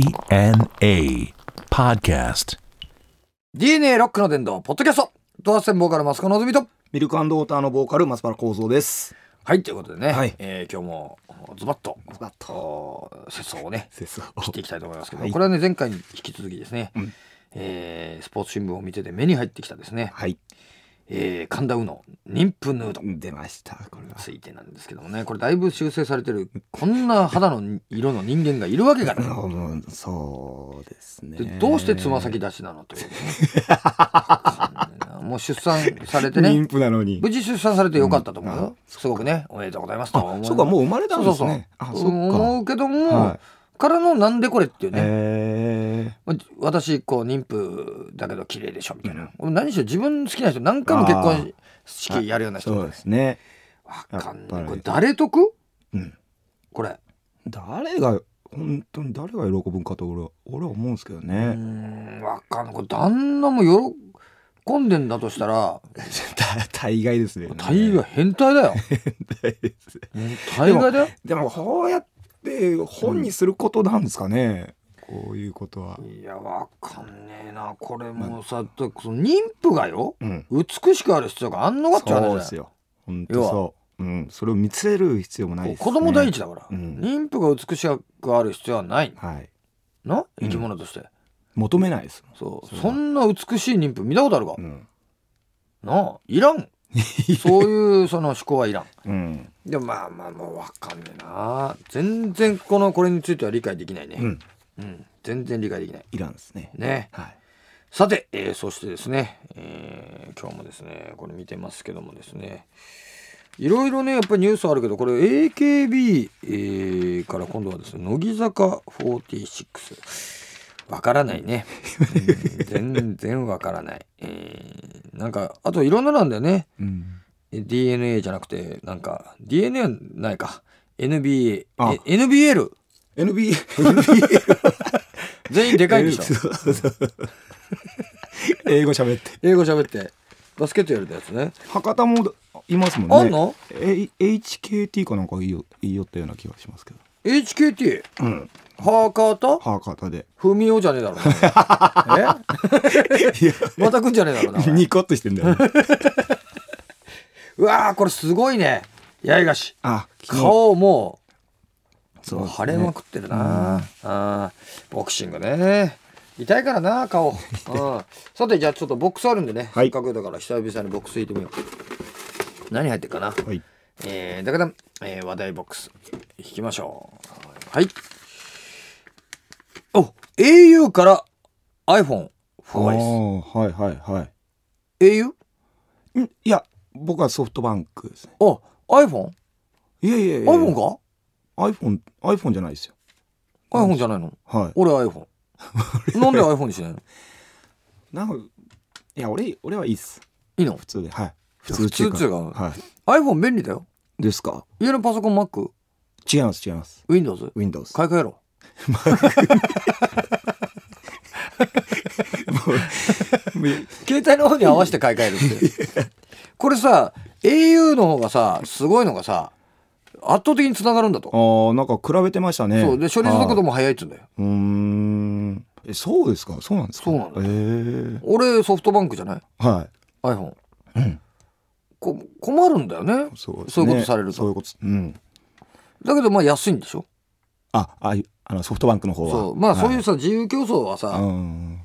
DNA Podcast. DNA ロックの伝道ポッドキャストドアセンボーカルマスコのぞみとミルクウォーターのボーカル松原幸三です。はいということでね、はいえー今日もズバッとズバッとおー節操をね切相切っていきたいと思いますけど、はいこれはね前回に引き続きですね、うんえースポーツ新聞を見てて目に入ってきたですね、はいえー神田うの妊婦ヌードに出ましたこれは。ついてなんですけどもねこれだいぶ修正されてるこんな肌の色の人間がいるわけがないあもうそうですねで。どうしてつま先出しなのと いうね、もう出産されてね妊婦なのに無。事出産されてよかったと思うよ、うんあすごくねおめでとうございますとあ思そうかもう生まれたんですね。そうあそうそう思そうけども、っか。はい。からのなんでこれっていうね、えまあ私こう妊婦だけど綺麗でしょみたいな、俺何しろ自分好きな人何回も結婚式やるようなー人そうですね。わかんやっぱないりこれ誰得うん。これ誰が本当に誰が喜ぶんかと俺は俺は思うんですけどうー ね。んわかんないこれ旦那も喜んでんだとしたら大概ですね。大概変態だよ大概ですね。大概だよ でもこうやって本にすることなんですかね。こういうことは。いやわかんねえなこれもうさだってその妊婦がようん。美しくある必要があんのかって話だそうよですよ。本当そう。うん。それを見つめる必要もないです、ね。子供第一だから、うん妊婦が美しくある必要はないはい。なう生んき物として、求めないですもん。そうそうそだんな美しい妊婦見たことあるか、うん。なあいら んそういうその思考はいらんうん。でもまあまあもう分かんねえな全然このこれについては理解できないね、うん。うん全然理解できないいらんですね。ねはい。さて、えーそしてですね、えー今日もですねこれ見てますけどもですねいろいろねやっぱりニュースあるけどこれ AKB、えーから今度はですね乃木坂46わからないね、うん全然わからない、えーなんかあといろんななんだよねうん。え DNA じゃなくてなんか DNA はないか NBA あえ NBL NBA。全員でかいでし ょそうそう英語喋って。英語喋ってバスケットやるやつね博多もいますもんね。あんのえ ?HKT かなんかいいよ、いいよったような気がしますけど。 HKT うん。博多博多で。文雄じゃね えだろお前えまた来んじゃねえだろうなお前ニコッとしてん だよ、ね。うわーこれすごいね八重樫あ、昨日顔もうそうもでうすね腫れまくってるな、あーボクシングね痛いからな 顔、うん、さてじゃあちょっとボックスあるんでね、はせいっかくだから久々にボックス入ってみよう何入ってるかなはい。えー、だから、えー話題ボックス引きましょうはいお au から iPhone ああ 4S はいはいはい au? んいや僕はソフトバンクですねあ iPhone?iPhone いやいやいやか iPhone, iPhone じゃないですよ ?iPhone じゃないのは俺 iPhone なんで iPhone にしないのいなんかいや俺俺はいいっすいいの普通ではい普普通っってていいううかかはい iPhone 便利だよですか家のパソコン Mac 違います違います Windows Windows 買い替えろ 携帯の方に合わせて買い替えるってこれさ au の方がさすごいのがさ圧倒的につながるんだとあーなんか比べてましたねそうで処理速度もも速いっつうんだようーんえそうですかそうなんですかそうなんだえ俺ソフトバンクじゃないはい iPhone うんこ困るんだよねそうですそうねいうことされるとそういうことうんだけどまあ安いんでしょああいあのソフトバンクの方はそうまあそういうはさ自由競争はさうん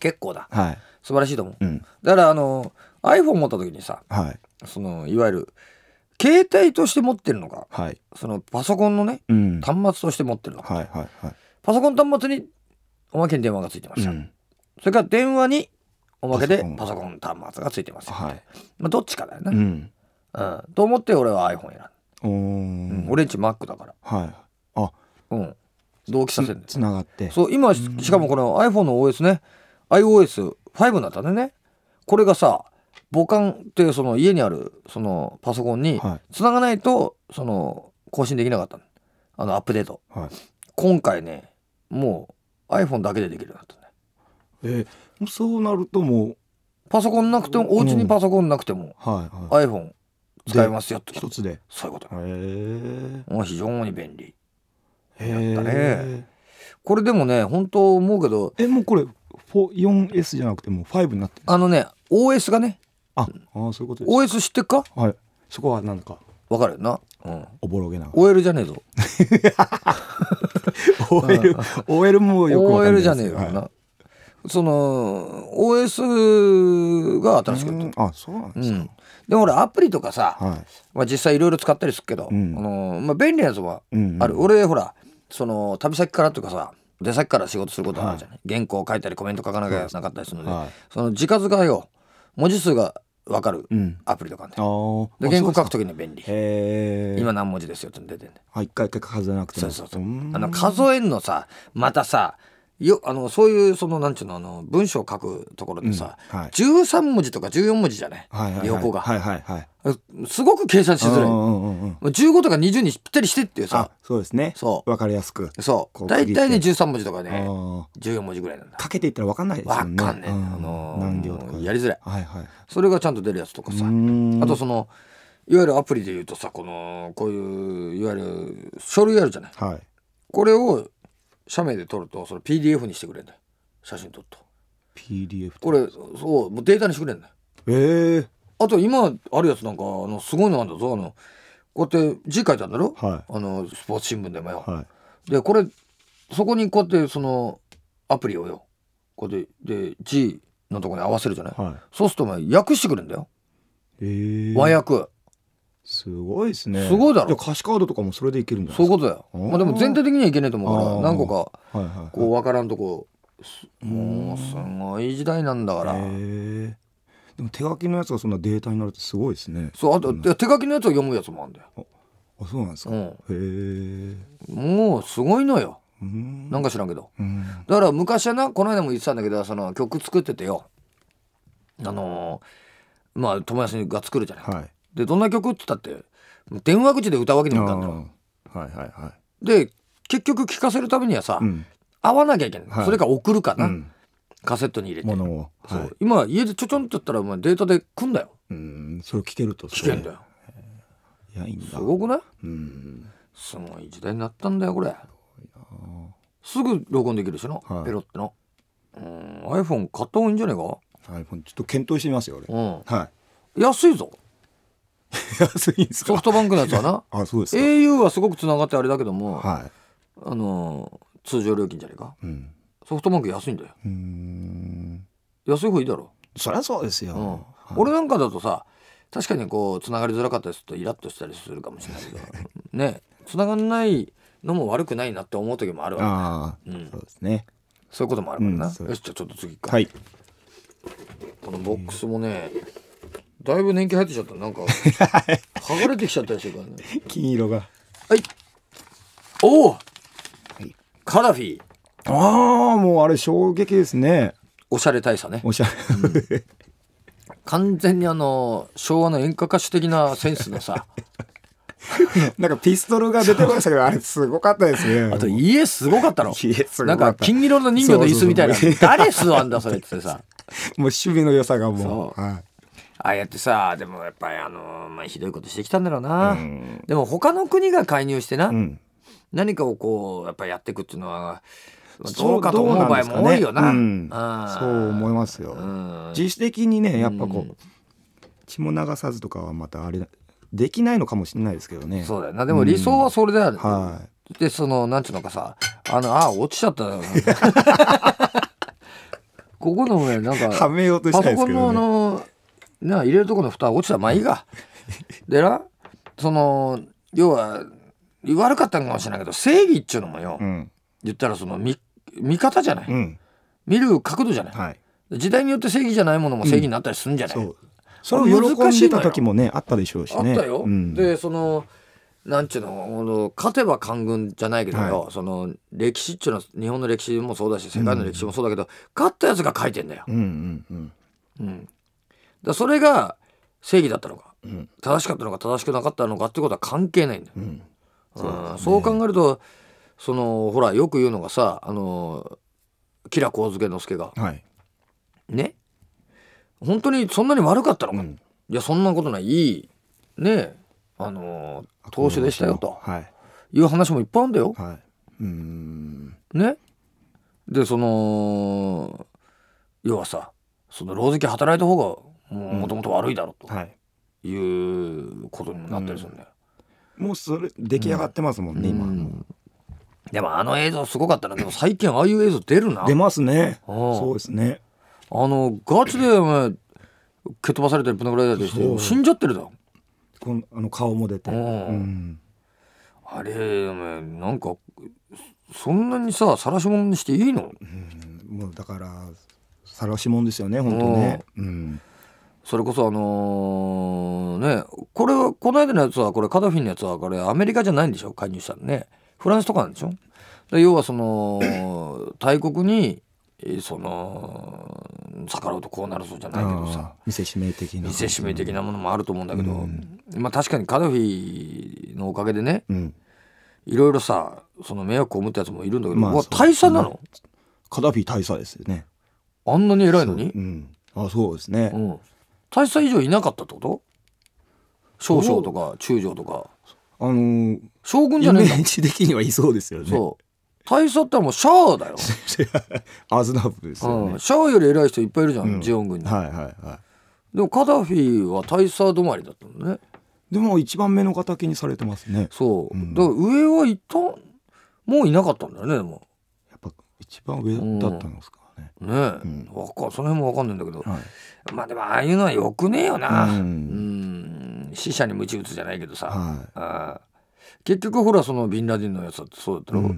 結構だはい素晴らしいと思ううんだからあの iPhone 持った時にさはいそのいわゆる携帯として持ってるのかはいそのパソコンのねうん端末として持ってるのかはいはいはいパソコン端末におまけに電話がついてました、ん、それから電話におまけでパパソソコン端末がついてますよ、はい。まあ、どっちかだよね、うん。うんと思って俺は iPhone 選んだ、おうんん。俺んち Mac だから、はい。うん、同期させんだよつながって。そう今ししかもこの iPhone の OS ね iOS5 になったんでねこれがさ母艦っていうその家にあるそのパソコンには繋がないとその更新できなかったのあのアップデートい。はい。今回ねもう iPhone だけでできるようになったねえー、そうなるともう、パソコンなくてもお家にパソコンなくてもはいはい。 iPhone 使えますよって一つで。へそういうことえ。もう非常に便利へえ。やったねこれでもね本当思うけどえもうこれ 4S じゃなくてもう5になってるあのね OS がねああそういうことです OS 知ってっかはいそこはなんかわかるよな、うん、おぼろげな OL じゃねえぞ OL, OL もよくわかんな OL いじでゃすねえよな、はその OS がい新しくやってるうんあそうなんうですか、ん、でも俺アプリとかさ、はいまあ、実際いろいろ使ったりするけど、うんあのまあ、便利なやつはうんうんある、俺ほらその旅先からとかさ出先から仕事することあるじゃない、原稿を書いたりコメント書かなきゃなかったりするので、はいその字数がよ文字数が分かるうんアプリとかね、あーであ原稿書くとときに便利へえ今何文字ですよって出てんだよあ一回一回数えなくてそもうそうそうーんあの数えんのさまたさよあのそういうそのなんちゅうのあの文章を書くところでさ、うんはい13文字とか14文字じゃない,、はいはいはい横が、はいはいはいすごく計算しづらいうんうんうんうん15とか20にぴったりしてっていうあさそうですねそわかりやすくうそこうう大体ね区切13文字とかあねー14文字ぐらいなんだかけていったらわかんないですわよかんねねえうんんだあのー何行とかやりづらいはいはいそれがちゃんと出るやつとかさああとそのいわゆるアプリで言うとさこのこういういわゆる書類あるじゃないはいこれを写メで撮るとそれ PDF にしてくれんだよ写真撮っと PDF これそうもうデータにしてくれんだよええあと今あるやつなんかあのすごいのあんだぞあのこうやって字書いたんだろ、はあのスポーツ新聞でもよ、いはいでこれそこにこうやってそのアプリをよこうやってで G のとこに合わせるじゃない、はそうするとお前訳してくれるんだよ、いええ和訳すごいですねすごいだろじゃあ歌詞カードとかもそれでいけるんじゃなそういいうですことだよあーまあでも全体的にはいけないと思うかあらー何個かかはいはいこう分からんとこすんもうすごい時代なんだから、へえでも手書きのやつがそんなデータになるってすごいですねそうあとで手書きのやつを読むやつもあるんだよ、あそうなんですか、へえうん、もうすごいのようんなんか知らんけどうんだから昔はなこの間も言ってたんだけどその曲作っててよあのーまあ友達が作るじゃない、はいでどんな曲って言ったって電話口で歌うわけにもいかんだろあーはいはいはで結局聴かせるためにはさ、いうん合わなきゃいけない、はいそれから送るかうな、んカセットに入れてものをそう、はい今家でちょちょんってやったらお前データで来んだようんそれを聞けると聞けんだよそれいやいいんすだごくないうんすごい時代になったんだよこれすぐ録音できるしな、はいペロってのうん iPhone 買った方がいいんじゃねえか iPhone ちょっと検討してみますよ俺うん はい安いぞ安いんですソフトバンクのやつはなあそうですか au はすごくつながってあれだけども、はあのー通常料金じゃねえかいうんソフトバンク安いんだようーん安い方いいだろそりゃそうですよ、うんはい俺なんかだとさ確かにこうつながりづらかったりするとイラッとしたりするかもしれないけ どねつながんないのも悪くないなって思う時もあるわああ、うんそうですねそういうこともあるからな、うんそうよしじゃあちょっと次行くか、はいこのボックスもねだいぶ年季入ってきちゃった なんか剥がれてきちゃったりするからね金色がはいおお、いカダフィーああもうあれ衝撃ですねおしゃれ大佐ねおしゃれ、完全にあの昭和の演歌歌手的なセンスの さなんかピストルが出てましたけどあれすごかったですねあと家すごかったろ 家すごかなったんか金色の人魚の椅子みたいなそうそう誰座んだそれってさもう守備の良さがもそうはああやってさでもやっぱりあのまあひどいことしてきたんだろうな、うんでも他の国が介入してな、い、うん、何かをこうやっぱりやっていくっていうのはまあそうどうかと思うどう場合なんですかねも多いよな。うんあーそう思いますよ、うん自主的にねやっぱこう、うん血も流さずとかはまたあれできないのかもしれないですけどねそうだよなでも理想はそれだよね。はでそのなんちゅうのかさあのあー落ちちゃった よここのねなんかいはめようとしパソたいですコけンのあどねのな入れるとこの蓋落ちたまあいいがでなその要は悪かったんかもしれないけど正義っちゅうのもよ、うん言ったらその見見方じゃない、うん見る角度じゃない、はい時代によって正義じゃないものも正義になったりするんじゃない、そうそれを喜難んしいでのよた時もねあったでしょうしあっねたよ、うん、でそのなんちゅうのこの勝てば官軍じゃないけどよ、はその歴史っちゅうのは日本の歴史もそうだし世界の歴史もそうだけど、勝ったやつが書いてんだよ、うんうんうんうん、だからそれが正義だったのかうん正しかったのか正しくなかったのかってことは関係ないんだよ、うんそうですねそう考えるとそのほらよく言うのがさあの吉良上野之助がはいね本当にそんなに悪かったのか、うんいやそんなことないいいねあの投手でしたよとはいいう話もいっぱいあるんだよ。はい。うーん。ねでその要はさその老石働いた方がうんもともと悪いだろうとはい。いうことにもなったりするんだよ。もうそれ出来上がってますもんね、うんでもあの映像すごかったなでも最近ああいう映像出るな今。出ますね。うんそうですね。あのガチでお前蹴っ飛ばされたりぶん殴られたりしそてう死んじゃってるだろこのあの顔も出て。うんうんあれお前なんかそんなにさ晒し者にしていいのもうだから晒しもんですよね、本当ね。うん。それこそあのーねこれはこの間のやつはこれカダフィンのやつはこれアメリカじゃないんでしょ介入したのねフランスとかなんでしょで要はそ の大国にえーその逆らうとこうなるそうじゃないけどさあー見せしめ的な。見せしめ的なものもあると思うんだけど、うんまあ確かにカダフィのおかげでねうん。いろいろさその迷惑をむったやつもいるんだけど、まあうわそう大佐なのカダフィ大佐ですよね。あんなに偉いのにそううん。あ、そうですね。うん、大佐以上いなかったってこと少将とか中将とかあのー将軍じイゃねメえんだージ的にはいそうですよね。そう大佐ってもうシャアだよ、 アズナブですようねん、。シャアより偉い人いっぱいいるじゃん、うんジオン軍に、はいはいはでもカダフィは大佐止まりだったのねい。でも一番目の敵にされてますね。そう、うんだから上はいたもういなかったんだよねでもやっぱ一番上だったんですかね。ねえ、わうんかその辺も分かんないんだけどはい。まあでもああいうのはよくねえよなううんん死者に鞭打つじゃないけどさ、はああ結局ほらそのビンラディンのやつだってそうだったい。ろ、い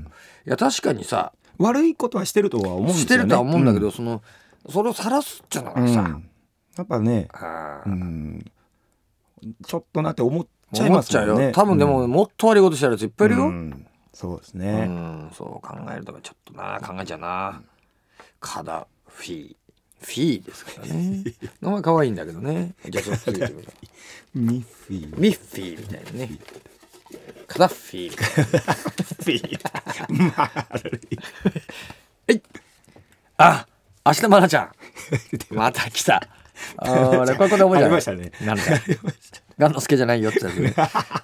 や確かにさうん悪いことはしてるとは思うんですよね。してるとは思うんだけど、そのそれを晒すっていうのうがん、さ、うんやっぱね、ああうん、ちょっとなって思っちゃい思まっすちゃもうんよ、ね。多分でも、うんもっと悪いことしてるやついっぱいいるよ、うんうんそうですね。そう考えるとちょっとな考えちゃうなカダフィーフィーですからね 名前可愛いんだけどねじゃあちょっと次行ってみようミッフィー。ミッフィーみたいなねカダッフィーみたいなはいあ明日マナちゃんまた来たあれこれこれ覚えあじゃなりまいしたね。なんだガンノスケじゃないよってやつね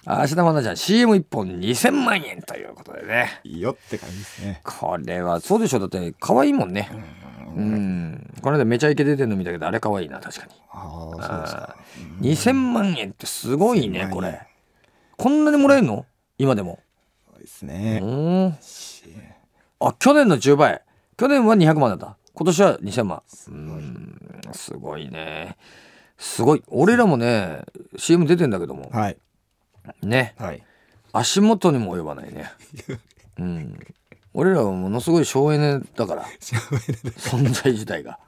あ明日マナちゃん CM1 本2000万円ということでねいいよって感じですね。これはそうでしょだって可愛いもんねうんこの間めちゃイケ出てんの見たけどあれ可愛いな確かにああ、そうですか。 2000万円ってすごいね2000万円これこんなにもらえるの今でもそうですねう。んしあ去年の10倍去年は200万だった今年は2000万すごいすごいねすごい俺らもね CM 出てんだけどもはい。ねはい。足元にも及ばないねうん俺らはものすごい省エネだから存在自体が、うん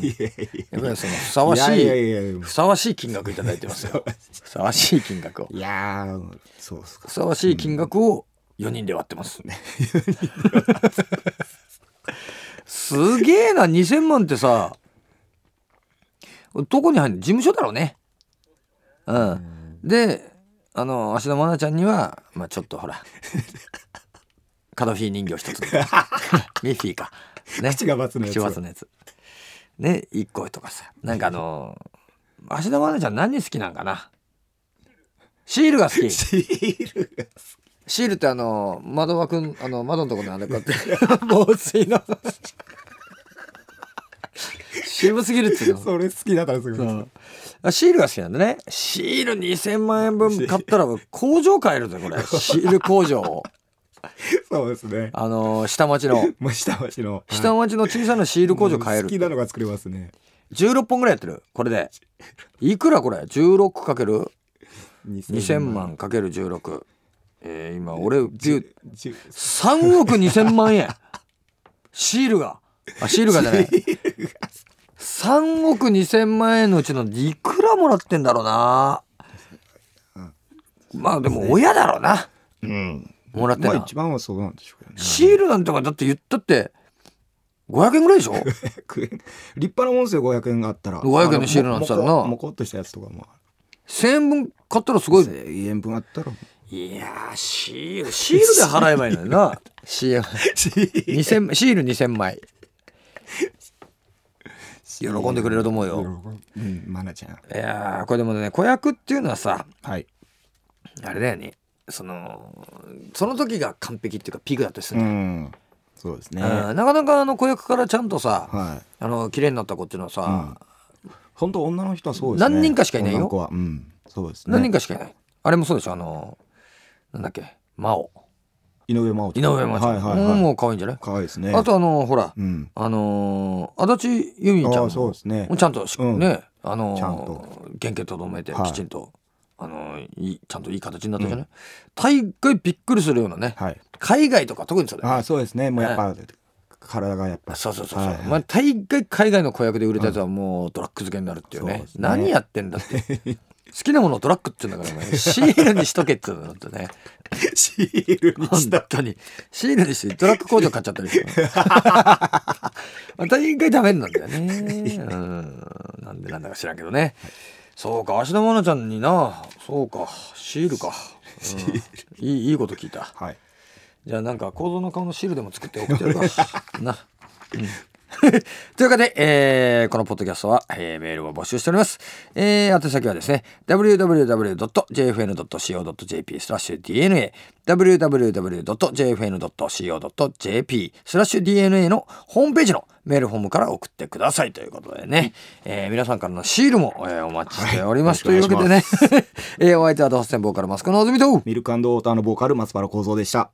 やっぱりそのふさわしいいやいやいやふさわしい金額いただいてますよふさわしい金額をいやー、そうですかふ。さわしい金額を4人で割ってます。すげえな2000万ってさどこに入るの事務所だろうね。うん、であの芦田愛菜ちゃんには、まあ、ちょっとほらカドフィー人形一つミ ッフィーか。ね、口が罰のやつ口が罰のやつ。ね一個とかさなんかあの芦田愛菜ちゃん何好きなんかなシールが好き。シールがシールってあの窓枠んあの窓のところにあれこ うやって防水の渋すぎるっていうのそれ好きだからすごい。あシールが好きなんだねシール2000万円 分買ったら工場買えるぜこれシール工場をそうですね。あの下町のもう下町の。下町の小さなシール工場買え好きるなのが作れますね。 16本ぐらいやってるこれでいくらこれ 16×2000 2000万 ×16 えー、今俺ビューじゅ3億2000万円シールがあシールがじゃない3億2000万円のうちのいくらもらってんだろうなまあでも親だろうなうん。もらってんまあの一番はそうなんでしょうけどね。シールなんてだって言ったって500円ぐらいでしょ100円立派なもんですよ500円があったら500円のシールなんて言ったらなもこもこっとしたやつとかも1000円分買ったらすごいね1000円分あったらいやーシールシールで払えばいいのに な CM シー2000シール2000枚 喜んでくれると思うようんマナちゃんいやーこれでもね子役っていうのはさはいあれだよねそのその時が完璧っていうかピークだったりすうる、んそうですね。うんなかなかあの子役からちゃんとさ、はい。あの綺麗になった子っていうのはさ、本当女の人はそうですね。何人かしかいないよ女の子は、うん、そうですね。何人かしかいない、あれもそうでしょあのなんだっけ真央井上真央ち井ゃん上真央ちゃん、はいはいはい。もう可愛いんじゃない、可愛いですね。あとあのほら、うん。あのー足立由美ちゃあんあ、そうもですね。ちゃんとし、うんねあのーちゃんと原型とどめてはいきちんと、あのーいいちゃんといい形になったじゃない、大概びっくりするようなね、はい。海外とか特にそうだよあねあ、そうですね。もうやっぱ体がやっぱ。 そうそうそうそう、はいはいまあ、大概海外の子役で売れたやつはもうドラッグ漬けになるっていうね,、そうですね何やってんだって好きなものをドラッグって言うんだからお前シールにしとけって言うんだってねシールに本当にシールにしてドラッグ工場買っちゃったり して、また一回ダメなんだよねうんなんでなんだか知らんけどね、そうか芦田愛菜ちゃんになそうかシールか、うんいいいいこと聞いたはい。じゃあなんか構造の顔のシールでも作って送ってやる かな、うん というわけで、えーこのポッドキャストは、えーメールを募集しております。えー、宛先はですね、www.jfn.co.jp スラッシュ DNA、www.jfn.co.jp スラッシュ DNA のホームページのメールフォームから送ってくださいということでね、えー皆さんからのシールも、えーお待ちしております。はいと いうわけでね、えーお相手はドハステンボーカルマスコのおずみと、ミルクウォーターのボーカル松原幸三でした。